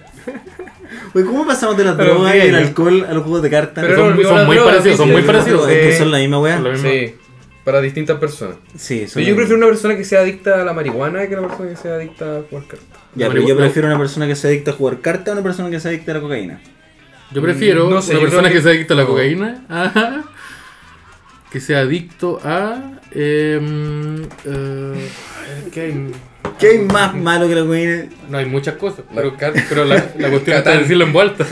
Oye, ¿cómo pasamos de las
Pero
drogas
bien,
y el
¿no?
alcohol a los juegos de cartas?
Pero
son-
no,
son
la
muy
droga,
parecidos,
sí,
son
sí,
muy
la
parecidos.
droga,
es que
sí.
son la misma weá.
La misma-
Sí, para distintas personas.
Sí, son
Pero
la
yo prefiero
misma.
una persona que sea adicta a la marihuana que una persona que sea adicta a jugar cartas.
Ya,
una
pero yo
marihuana.
prefiero una persona que se adicta a jugar cartas a una persona que se adicta a la cocaína.
Yo prefiero
No sé,
una
yo
persona
creo
que...
que-
sea adicto a la
no.
cocaína ajá, que sea adicto a. em, eh, ¿qué hay?
¿Qué hay
[laughs]
más malo que la cocaína?
No hay muchas cosas, pero, ca- pero la, la cuestión está de decirlo en vuelta.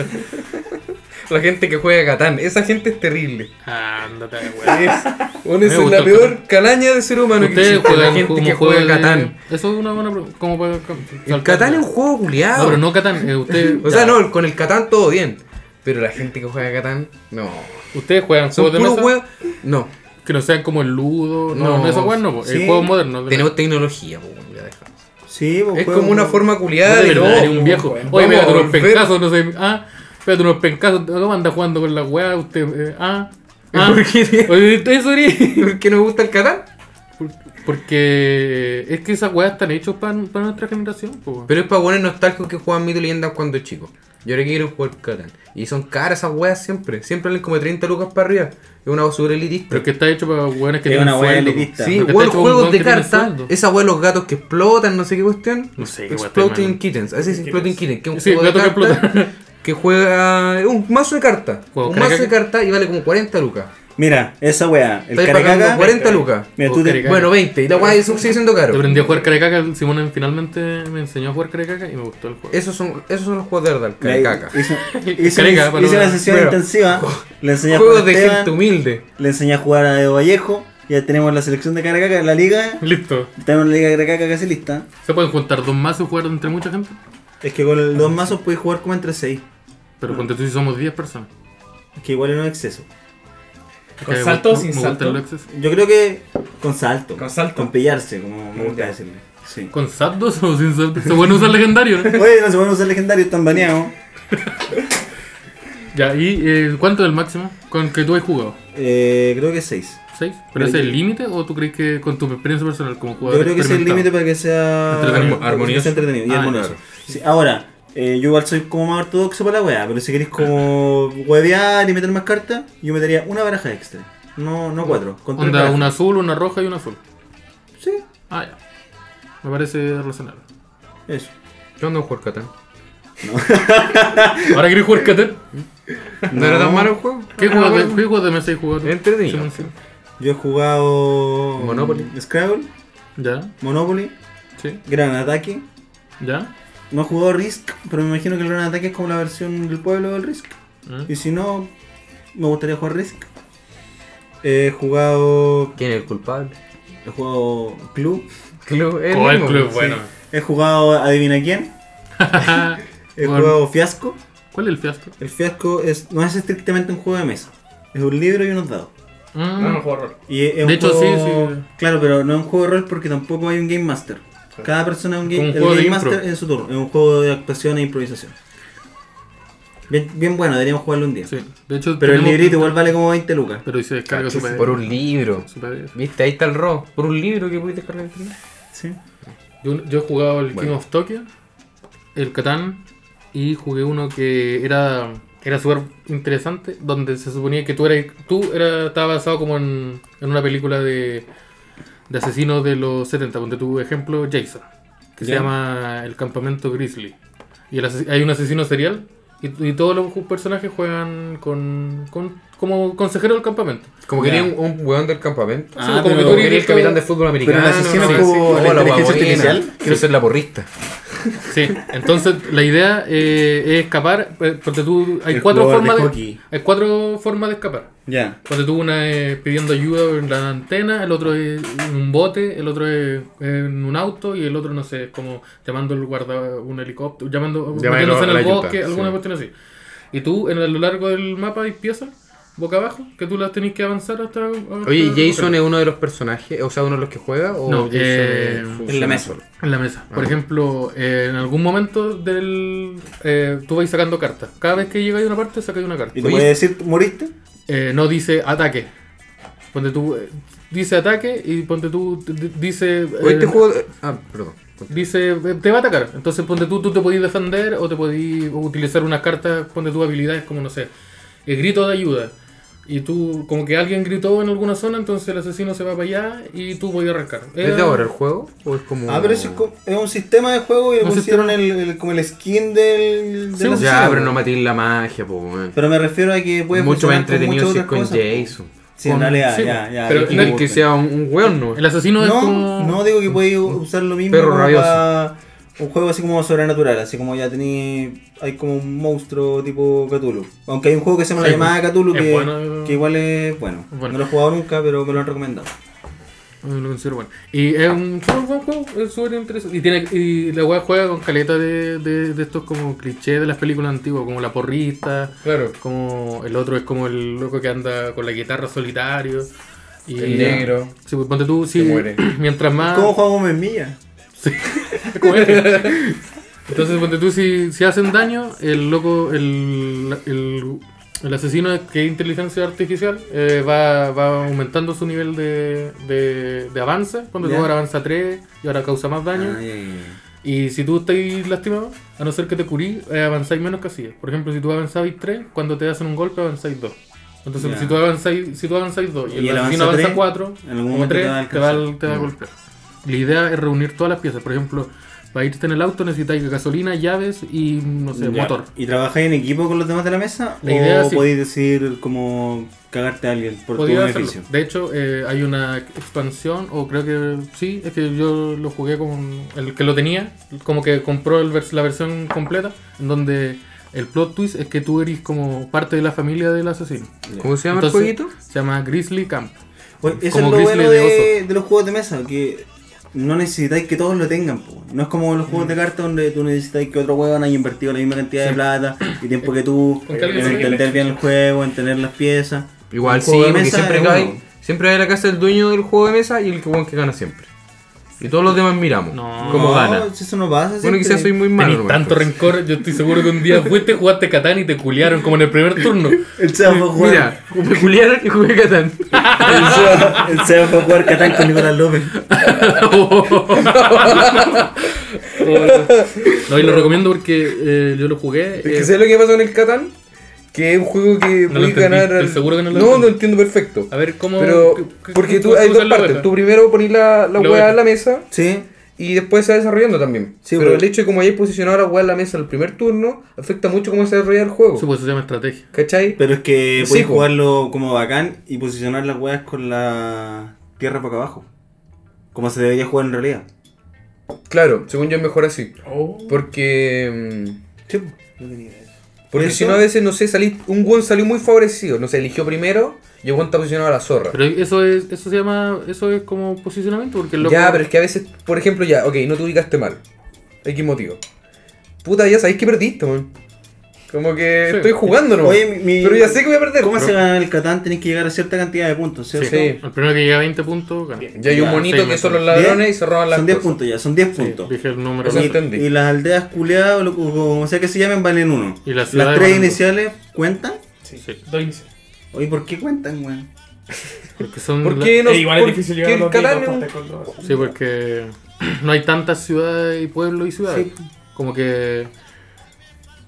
La gente que juega Catán, esa gente es terrible.
Ándate, güey.
[laughs] Es, bueno, esa es
gusta el
la peor
Catán.
calaña de ser humano que
Ustedes
existe, la
juegan
gente
como
que
juego
juega
de-
Catán.
Eso es una buena pregunta. ¿Cómo puede
El Catán es un juego
No,
culiado.
pero no Catán. eh, usted-
O sea, no, con el Catán todo bien. Pero la gente que juega Catán, no.
Ustedes juegan
Son
juegos de
puros
mesa
huevos. No,
que no sean como el Ludo. No,
No,
no, esos juegos no. po,
sí.
El juego moderno. de
tenemos tecnología, pues, bueno, ya dejamos.
Sí, pues,
Es
juego-
como una forma
la-
culiada
de
de
verdad,
no,
eres un viejo.
pues,
Oye,
vamos
pégate
a
unos
volver.
pencazos, no sé. Ah, pégate unos pencazos. ¿Cómo anda jugando con la weá? Usted, eh, ah, ah.
¿Por qué?
Oye, eso eres.
¿Por qué nos gusta el Catán?
Porque es que esas weas están hechas para nuestra generación. po, weón.
Pero es para buenos nostálgicos que juegan Mito y Leyendas cuando chicos. Y ahora quieren jugar Catán. Y son caras esas weas siempre. Siempre valen como 30 lucas para arriba. Es una basura elitista.
Pero que está hecho para weones que
Es
tienen
una wea
sueldo, po.
elitista.
Sí,
Porque
o el
está hecho con
juego de
un weón que tiene
cartas,
sueldo.
esa wea de los gatos que explotan, no sé qué cuestión.
No sé qué wea está mal.
Exploding Kittens, así es,
¿Qué
Exploding
cosa?
Kittens, que es un
Sí,
juego de
gato que
cartas que juega un mazo de cartas.
Juego
Un
crack.
mazo de cartas y vale como 40 lucas.
Mira, esa weá. El
Estáis pagando
caricaca.
40 lucas.
Mira,
Juego
tú te,
caricaca.
Bueno, 20. Y la wea eso sigue siendo
Yo
caro.
Oh, aprendí a jugar carecaca, Simón finalmente me enseñó a jugar carecaca y me gustó el juego.
Esos son, esos son los juegos de Ardal,
mira,
caca.
Hizo,
[laughs]
hizo,
Caricaca,
hizo una
paloma.
sesión
Bueno,
intensiva. Le enseñé a jugar
Juegos
a
de
Esteban,
gente humilde.
le enseñé a jugar a Edo Vallejo. Ya tenemos la selección de caricaca en la liga.
[laughs] Listo.
Tenemos la liga de caricaca casi lista.
¿Se pueden juntar dos mazos y jugar entre mucha gente?
Es que con los dos mazos puedes jugar como entre seis.
Pero ponte tú si somos 10 personas.
Es que igual no es exceso.
¿Con
Que Eh, me-
salto o
me
sin
gusta
salto?
el exceso.
Yo creo que con salto.
Con salto.
Con pillarse, como me gusta
Ya.
decirle. Sí.
¿Con saltos o sin salto? Se pueden usar legendario, ¿eh? ¿no?
Oye, no se pueden usar legendarios, están baneados.
[laughs] Ya, ¿y eh, cuánto es el máximo con que tú has jugado?
Eh, creo que seis.
¿Seis? ¿Pero
Yo-
ese es el límite o tú crees que con tu experiencia personal como
Yo
jugador?
creo que ese es el límite
experimentado?
para que sea
Entretenido.
para que sea entretenido y
Ah,
armonioso.
claro.
Sí, ahora, eh, yo igual soy como más ortodoxo para la weá, pero si queréis como huevear y meter más cartas, yo metería una baraja extra. No, no cuatro. Con tres
Onda,
barajas.
una azul, una roja y una azul.
Sí,
Ah, ya. Me parece razonable.
eso.
Yo ando a jugar Catán.
¿Ahora querés jugar Catán?
¿No, era tan malo el juego?
¿Qué
Ah,
juegos de,
bueno.
qué juegos de mesa has jugado? tú?
Entretenido.
Simón, sí.
Yo he jugado mm,
Monopoly.
Scrabble,
¿Ya?
Monopoly,
¿Sí?
Gran Ataque.
¿Ya?
No he jugado Risk, pero me imagino que el Gran Ataque es como la versión del pueblo del Risk.
¿Mm?
Y si no, me gustaría jugar Risk. He jugado.
¿Quién es el culpable?
He jugado Club.
Club, es el
Oh, el
mismo.
club,
Sí.
bueno.
He jugado Adivina quién. He
Bueno. [laughs]
jugado Fiasco.
¿Cuál es el fiasco?
El Fiasco es, no es estrictamente un juego de mesa. Es un libro y unos dados.
Mm.
No, no juego rol.
Y es- es un
De hecho,
juego-
sí, sí.
Claro, pero no es un juego de rol porque tampoco hay un Game Master. Cada persona es un, game,
Como un
el
juego de
game
impro.
Master en su turno. Es un juego de actuación e improvisación. Bien, bien bueno, deberíamos jugarlo un día.
Sí, de hecho.
Pero el
tenemos-
librito igual vale como 20 lucas.
Pero se descarga su
Por un libro.
su PDF.
¿Viste? Ahí está el robo. Por un libro que pudiste cargar.
Sí.
Yo, yo he jugado el
Bueno.
King of Tokyo, el Catán, y jugué uno que era era súper interesante, donde se suponía que tú eras, tú era, estaba basado como en, en una película de, de asesinos de los 70, donde tu ejemplo Jason, que se
Ya.
llama El Campamento Grizzly. Y el ases- hay un asesino serial, y, y todos los ju- personajes juegan con, con- como consejero del campamento.
Como
Ya.
quería un, un weón del campamento.
Ah,
como que
pero-
tú eres el
pero-
capitán de fútbol americano.
pero el asesino
no sé,
como
sí.
la
Hola,
inteligencia
guaguina.
artificial.
Quiero ser la porrista.
Sí, entonces la idea eh, es escapar, eh, porque tú hay
El
cuatro
jugador de
formas de,
hockey.
hay cuatro formas de escapar.
Ya.
Cuando tú una es pidiendo ayuda en la antena, el otro es en un bote, el otro es en un auto y el otro no sé, como llamando al guarda un helicóptero, llamando
Llamando
metiéndose en
a la
el
ayuda,
bosque, alguna
sí.
cuestión así. Y tú en, a lo largo del mapa hay piezas boca abajo que tú las tenés que avanzar hasta
Oye, ¿Jason es uno de los personajes? O sea, uno de los que juega. O
No,
Jason
eh,
es-
en la mesa.
En la mesa.
Ah.
Por ejemplo, eh, en algún momento del. eh, tú vais sacando cartas. Cada vez que llegáis a una parte, sacáis una carta.
¿Y te puede decir, moriste?
Eh, no dice ataque. Donde tú. eh, dice ataque y ponte tú, d- d- dice.
Oye, este
eh,
juego. Ah, perdón.
Dice, eh, te va a atacar. Entonces, ponte tú, tú te podís defender o te podís utilizar unas cartas, ponte tú habilidades como, no sé, el grito de ayuda. Y tú, como que alguien gritó en alguna zona, entonces el asesino se va para allá y tú voy a arrancar. Eh,
¿Es de ahora el juego? ¿O es como.?
Ah, pero eso es, co- es un sistema de juego y le
Un
pusieron
sistema.
el, el- como el skin del. del
Sí,
asesino,
Ya, pero
weón.
no matéis la magia, po, weón.
pues, Pero me refiero a que puede
Mucho más
funcionar con
entretenido
muchas
si es
otras
con
cosas.
Jason.
Sí, en realidad,
Sí,
ya, ya.
pero
ya,
No
no
es
ya,
que
ya.
sea un, un weón, ¿no?
El asesino es
No,
como...
no digo que podéis
Mm.
usar lo mismo
Perro
como
rabioso.
pa- un juego así como sobrenatural, así como ya tenéis hay como un monstruo tipo Cthulhu. Aunque hay un juego que se llama la
Sí, pues,
llamada Cthulhu
es
que,
bueno.
que igual es bueno.
Bueno.
No lo he jugado nunca, pero me lo han recomendado.
Yo lo considero bueno. Y es un súper buen juego, es súper interesante. Y, tiene, y la weá juega con caleta de, de, de estos como clichés de las películas antiguas, como la porrista,
Claro.
como el otro es como el loco que anda con la guitarra solitario. Y,
El negro.
Sí, pues ponte tú, sí,
Que muere.
[clears throat] mientras más...
¿Cómo jugamos en milla?
[laughs] ¿Cómo era? este. Entonces, ponte tú, si, si hacen daño, el loco, el, el, el asesino que es inteligencia artificial eh, va, va aumentando su nivel de, de, de avance. Cuando tú
Ya. Ah,
ahora avanza 3 y ahora causa más daño. Y si tú estás lastimado, a no ser que te curís, eh, avanzáis menos casillas. Por ejemplo, si tú avanzáis 3, cuando te hacen un golpe avanzáis 2. Entonces,
Ya.
si tú avanzáis si tú avanzáis 2 y,
Y él
el asesino
avanza
avanza
tres,
4
en algún
o
momento te va a
3, te va,
alcanzar.
a- te va a
Mm.
golpear. La idea es reunir todas las piezas. Por ejemplo, para irte en el auto necesitáis gasolina, llaves y, no sé,
Ya.
motor.
¿Y trabajáis en equipo con los demás de la mesa?
La idea
¿O
sí.
podéis decir como cagarte a alguien por tu
Podía hacerlo.
beneficio?
De hecho, eh, hay una expansión, o creo que sí, es que yo lo jugué con el que lo tenía, como que compró el vers- la versión completa, en donde el plot twist es que tú eres como parte de la familia del asesino.
¿Cómo se llama
Entonces,
el jueguito?
Se llama Grizzly Camp.
Oye, Pues eso es
Como
lo
Grizzly
bueno
de
de, de los juegos de mesa, que no necesitáis que todos lo tengan. po. No es como los
Mm.
juegos de cartas donde tú necesitáis que otro huevón haya invertido la misma cantidad de plata y tiempo que tú
Con que
en
alguien se
entender bien el juego, en tener las piezas.
Igual
Un
sí,
juego de
porque
mesa
siempre
es
que
uno.
hay, siempre hay la casa del dueño del juego de mesa y el que, weón que gana siempre. Y todos los demás miramos
No.
cómo
No,
gana.
si Eso no pasa.
Bueno,
siempre.
quizás soy muy malo.
Tenís
nomás,
tanto
pero-
rencor, yo estoy seguro que un día fuiste, jugaste Catán y te culiaron como en el primer [laughs] turno.
El Seba fue a jugar.
Mira, me culiaron y [laughs] jugué Catán. [laughs]
El Seba, el Seba fue a jugar Catán con Nicolás López.
No, y lo recomiendo porque eh, yo lo jugué.
Es que
eh,
sé lo que pasa con el Catán, que es un juego que
No lo
puedes
entendí,
ganar.
estoy
al-
seguro que no lo
no,
entendí.
lo entiendo perfecto.
a ver cómo.
Pero,
qué-
porque
qué-
tú
cómo
hay
usas
dos
la
partes.
hoja?
Tú primero pones la, la
La
hueá
hoja.
a la mesa
Sí.
y después se va desarrollando también.
Sí,
pero
pero-
el hecho de como hayas posicionado la hueá a la mesa al primer turno afecta mucho cómo se desarrolla el juego.
Sí, pues eso se llama estrategia.
¿Cachai?
Pero es que
Sí,
podéis
po.
jugarlo como bacán y posicionar las weas con la tierra para abajo. Como se debería jugar en realidad.
Claro, según yo es mejor así.
Oh.
Porque. mm,
Sí, po. no tenía idea.
Porque
¿Eso?
si no, a veces, no sé, salí, un Gon salió muy favorecido. No sé, eligió primero y el Gon está posicionado a la zorra.
Pero eso es, eso se llama, eso es como posicionamiento, porque el loco-
Ya, pero es que a veces, por ejemplo, ya, ok, no te ubicaste mal. X motivo. Puta, ya sabéis que perdiste, man. Como que
Sí.
estoy jugando, ¿no?
Oye, mi- mi-
Pero ya sé que voy a perder.
¿Cómo
Pero-
se gana el Catán? Tenés que llegar a cierta cantidad de puntos, ¿cierto?
Sí.
el primero que llega a 20 puntos gana.
Ya hay un
Ya,
monito
sí,
que
me
son los
¿Diez?
ladrones y se roban las
Son 10
cosas.
puntos ya, son 10
Sí,
puntos.
dije el número.
Eso
de-
entendí.
Y las aldeas culeadas, o lo- o como sea que se llamen, valen uno.
Y las
las
ciudades
tres
valen dos.
iniciales cuentan.
Sí,
Sí.
doy inicio.
Oye, ¿por qué cuentan, weón?
Porque son
¿Por
la-
qué no?
Eh, igual es
por-
difícil
que
llegar a
el
los
Catán
dedos,
es un-
ponte con
[laughs]
los-
Sí, porque [clears throat] no hay tantas ciudades y pueblos y ciudades. Como que.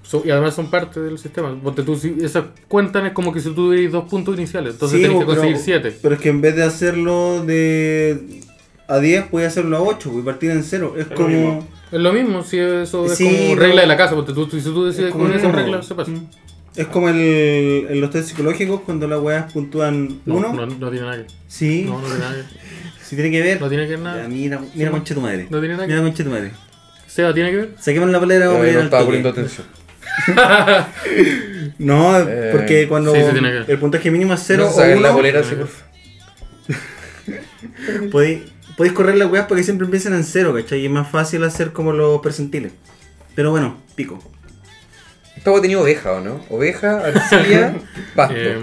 so- y además son parte del sistema. Porque tú, si esas cuentan es como que si tú tuvieras dos puntos iniciales. Entonces
Sí,
tenés que
pero-
conseguir siete.
Pero es que en vez de hacerlo de a 10, puede hacerlo a 8 y partir en 0. Es
lo
como.
mismo.
Es lo mismo, si eso es
Sí,
como
pero-
regla de la casa. Porque tú, si tú decides
Es como
con esas
como-
reglas, se pasa.
Es como el, en los test psicológicos cuando las weas puntúan
No,
1.
no, no tiene nada que
Sí,
No, no tiene nada que
sí tiene que ver.
No tiene que ver nada.
[laughs] Ya, mira, mira, concha tu madre.
No tiene nada que-
Mira, concha tu madre.
Seba, ¿tiene que ver?
Saquemos la palera, vamos a
Ay,
ir
No
al
estaba
toque.
poniendo atención.
No,
Eh,
porque cuando
sí, sí tiene que ver.
el puntaje mínimo es 0
No se saquen la
o 1,
bolera así, por favor.
podéis, podéis correr las weas porque siempre empiezan en 0, ¿cachai? Y es más fácil hacer como los percentiles. Pero bueno, pico.
Esta hueá tenía oveja, ¿o no? Oveja,
[laughs]
arcilla,
Ah,
pasto.
Eh,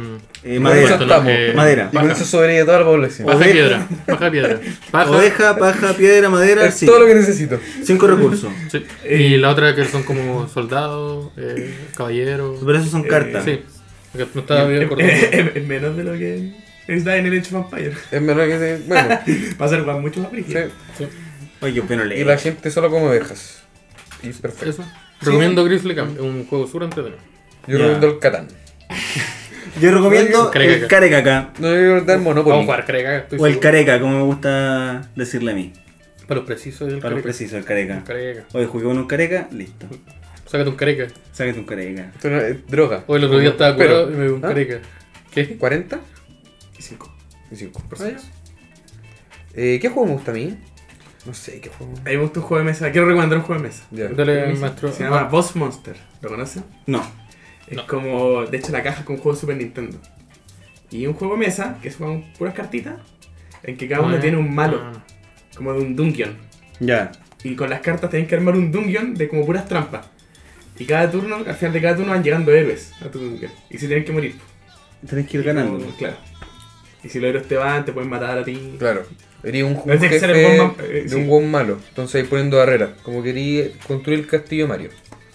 Eh,
Con eso
madera.
Bueno,
estamos.
eh,
madera.
Y con eso sobrevive toda la población.
Paja
Oveja.
piedra, paja piedra. Paja,
Oveja, paja, piedra, madera,
Es
sí.
todo lo que necesito.
5
[laughs]
recursos.
sí.
Eh.
Y la otra que son como soldados, eh, caballeros.
Pero esos son cartas.
Sí, porque no estaba bien
Es-
acordado.
es- Es es Eh, menos de lo que. Está en el Age of Empire.
Es verdad que se- bueno,
[laughs] Va a ser weón, mucho más brígido.
sí.
Oye, qué bueno
Y
leer.
la gente solo come ovejas. Y es perfecto.
eh.
Eso. Recomiendo Grizzly Camp, es un juego súper entretenido.
Yo
Ya.
recomiendo el Catán.
Yo recomiendo
Carecaca.
el carecaca.
No, yo recomiendo el
Vamos a
Monopoly.
jugar careca, estoy
O el
seguro.
careca, como me gusta decirle a mí.
Para los precisos, el
Para los
careca.
precisos, el careca.
Careca.
Oye, jugué con un careca, listo.
Sácate un careca.
Sácate un careca.
Esto no es droga.
Hoy el otro día estaba
Pero,
curado y me dio un
¿ah?
careca. ¿Qué?
¿40?
Y cinco.
Y 5 Eh, ¿Qué juego me gusta a mí? No sé, ¿qué juego?
A mí me gusta un juego de mesa. Quiero recomendar un juego de mesa.
Ya.
Dale, maestro.
Se llama
Ah,
Boss Monster. ¿Lo conocen?
No.
Es
No.
como, de hecho, la caja con juego de Super Nintendo. Y un juego de mesa, que son puras cartitas, en que cada uno
ah,
tiene un malo,
ah.
como de un dungeon.
Ya.
Y con las cartas tienen que armar un dungeon de como puras trampas. Y cada turno, al final de cada turno van llegando héroes a tu dungeon. Y se tienen que morir. pues.
Tenés que ir
Y como-
ganando.
claro. Y si los héroes te van, te pueden matar a ti.
Claro. Eres un
No,
juego
tiene que ser el buen ma- eh,
de
sí.
un buen malo. Entonces ahí poniendo barreras. Como quería construir el castillo de Mario.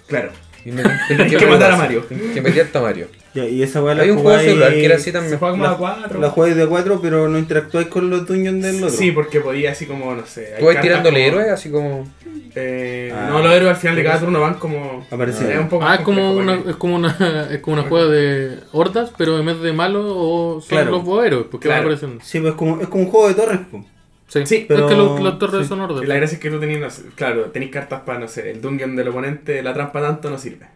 Claro.
Y me, tenés
que matar a
pelear-
Mario.
tenés Que metí a Mario.
Ya, y esa weá la
Hay un juego de
jugáis-
celular que era así también.
Se juega como
La-
a cuatro.
La jugáis de a cuatro, pero no interactuáis con los dungeons del otro.
Sí, porque podía así como, no sé. hay
Tú vas
cartas
tirándole
como-
héroes, así como.
Eh,
Ah.
No, los héroes al final de cada turno van como.
Aparecen.
Es un poco
Ah,
más
es como
complejo,
una,
porque-
es como una, [laughs] es como una juega de hordas, pero en vez de malos o son
Claro.
los boeros, porque
Claro.
van apareciendo.
Sí, pues es como, es como un juego de torres, pues. po.
Sí,
Sí,
pero-
es que los, las torres
sí.
son hordas.
La gracia es que tú tenías, no sé, claro, tenéis cartas para, no sé, el dungeon del oponente, la trampa tanto no sirve.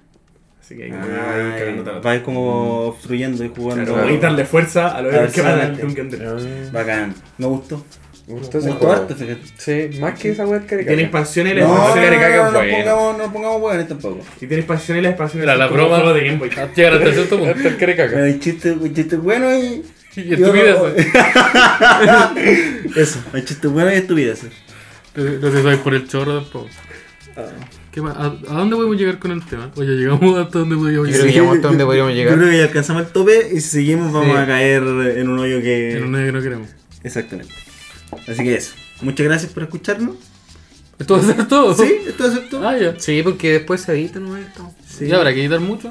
Así que hay que
Ah,
cagándote a la-
Vais como obstruyendo y jugando.
Claro, podéis darle fuerza a los
Claro,
héroes que van al
sí.
dungeon del.
Bacán. Me gustó.
Me gusta
Me
ese
gustó
juego.
harto, fíjate.
Sí, más que esa web
Tiene
caricatura.
expansiones y
No,
las
no, no,
expansiones
no,
cargan
no, no
bueno.
pongamos, no pongamos hueones tampoco.
Y tiene expansiones y las expansiones
Era la
son como
broma.
juegos
[laughs]
de Game Boy.
Llegar hasta cierto
[laughs]
punto.
Hasta el
Pero
caricaca.
hay chistes chiste buenos y.
[laughs] Y estupideces.
Eso, hay chistes buenos y estupideces.
Lo que sabes por el chorro tampoco.
Ah.
¿Qué más? ¿A, a dónde podemos llegar con el tema? Oye, llegamos hasta donde podíamos
Yo
llegar.
creo que ya hasta dónde podríamos
Yo
llegar.
creo que ya alcanzamos el tope y si seguimos vamos
Sí.
a caer en un hoyo que.
En un área que no queremos.
Exactamente. Así que eso. Muchas gracias por escucharnos.
¿Esto va a ser todo? [laughs]
Sí, esto es todo.
Ah, ya.
Sí, porque después se edita, ¿no? Esto.
Sí.
¿Y habrá que editar mucho?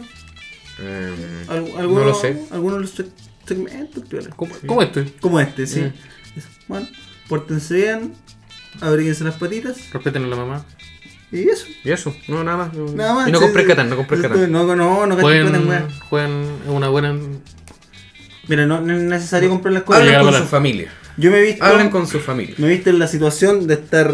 Em,
Al-
No
algunos-
lo sé.
Algunos de los seg- segmentos, piola.
¿Cómo, cómo este?
Como este, sí.
Mm.
Eh.
Eso. Bueno, pórtense bien, abríguense las patitas
Respeten a la mamá.
y eso.
Y eso, no, nada más. no-
Nada más.
Y no
Sí,
compré
sí.
Catán, no compré Catán.
No, no, no, no gastes plata en
Juegan,
weas.
juegan es una buena.
Mira, no, no es necesario comprar las cosas.
Hablen
Llegar a
con
la-
su familia.
Yo me he visto.
Hablen con su familia.
Me he visto en la situación de estar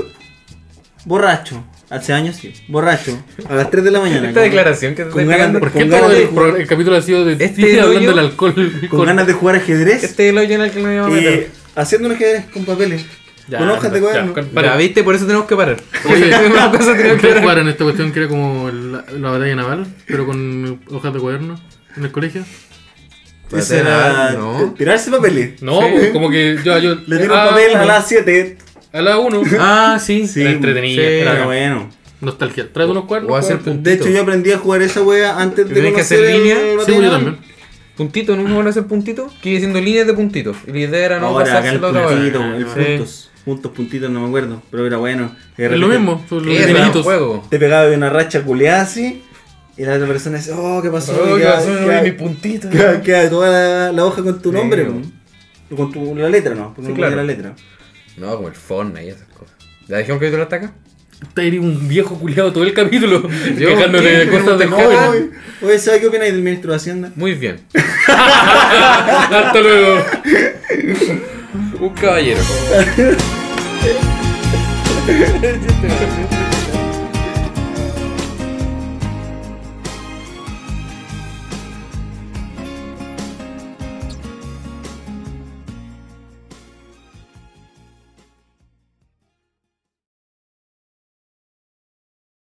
borracho. Hace años sí. Borracho. A las 3 de la mañana.
Esta
con-
declaración que te
con
estoy
ganas-
pegando.
¿Por
con
qué
ganas
todo
de
el,
jugar-
pro- el capítulo ha sido de
Este
ti
rollo-
hablando del alcohol?
con ganas de jugar ajedrez.
Este es el hoyo en el que nos íbamos a
y
meter.
haciendo un ajedrez con papeles. con hojas de cuaderno.
Ya, ¿viste? Por eso tenemos que parar.
Oye, [laughs]
Una cosa tenía que
¿ustedes
ver.
jugaron esta cuestión que era como la, la batalla naval, pero con hojas de cuaderno en el colegio?
Eso
nada,
era
no.
tirarse papeles.
No, pues, como que yo. yo
Le tiro
Ah,
papel
uno.
a las 7.
A la 1.
Ah, sí.
Sí,
era entretenida.
sí.
Eh,
era
Pero
bacán.
bueno.
Nostalgia. Trae unos cuernos.
O hacer
cuernos.
puntito.
De hecho, yo aprendí a jugar esa wea antes de
Tenés que
conocer
hacer
el
línea.
batallón.
Sí, pues, yo también.
Puntito, ¿no? ¿Van a hacer puntito? Que iba haciendo líneas de puntitos. Y la idea era no
Ahora, acá
pasarse
el
la otra vez.
puntito, el
Sí.
puntos. Puntos, puntitos, no me acuerdo. Pero era bueno. De
Es lo
repente-
mismo. Son los
Era un
detallitos.
juego.
te pegaba de una racha culeada así y la otra persona dice, oh, ¿qué pasó?
Oh,
Y
¿qué
queda-
pasó? No
queda-
vi mi puntito.
queda- queda toda la, la hoja con tu nombre,
Sí.
po. con tu, la letra, ¿no? Porque
Sí,
no
claro.
ponía la letra.
No, como el Fortnite y esas cosas. ¿Ya dejamos que yo te lo ataca?
Te eres un viejo culiado todo el capítulo.
Yo,
Quejándole
¿qué?
de cosas del
No,
joven.
Oye, oye, ¿sabes qué opináis del ministro de Hacienda?
Muy bien.
Hasta luego.
Un caballero.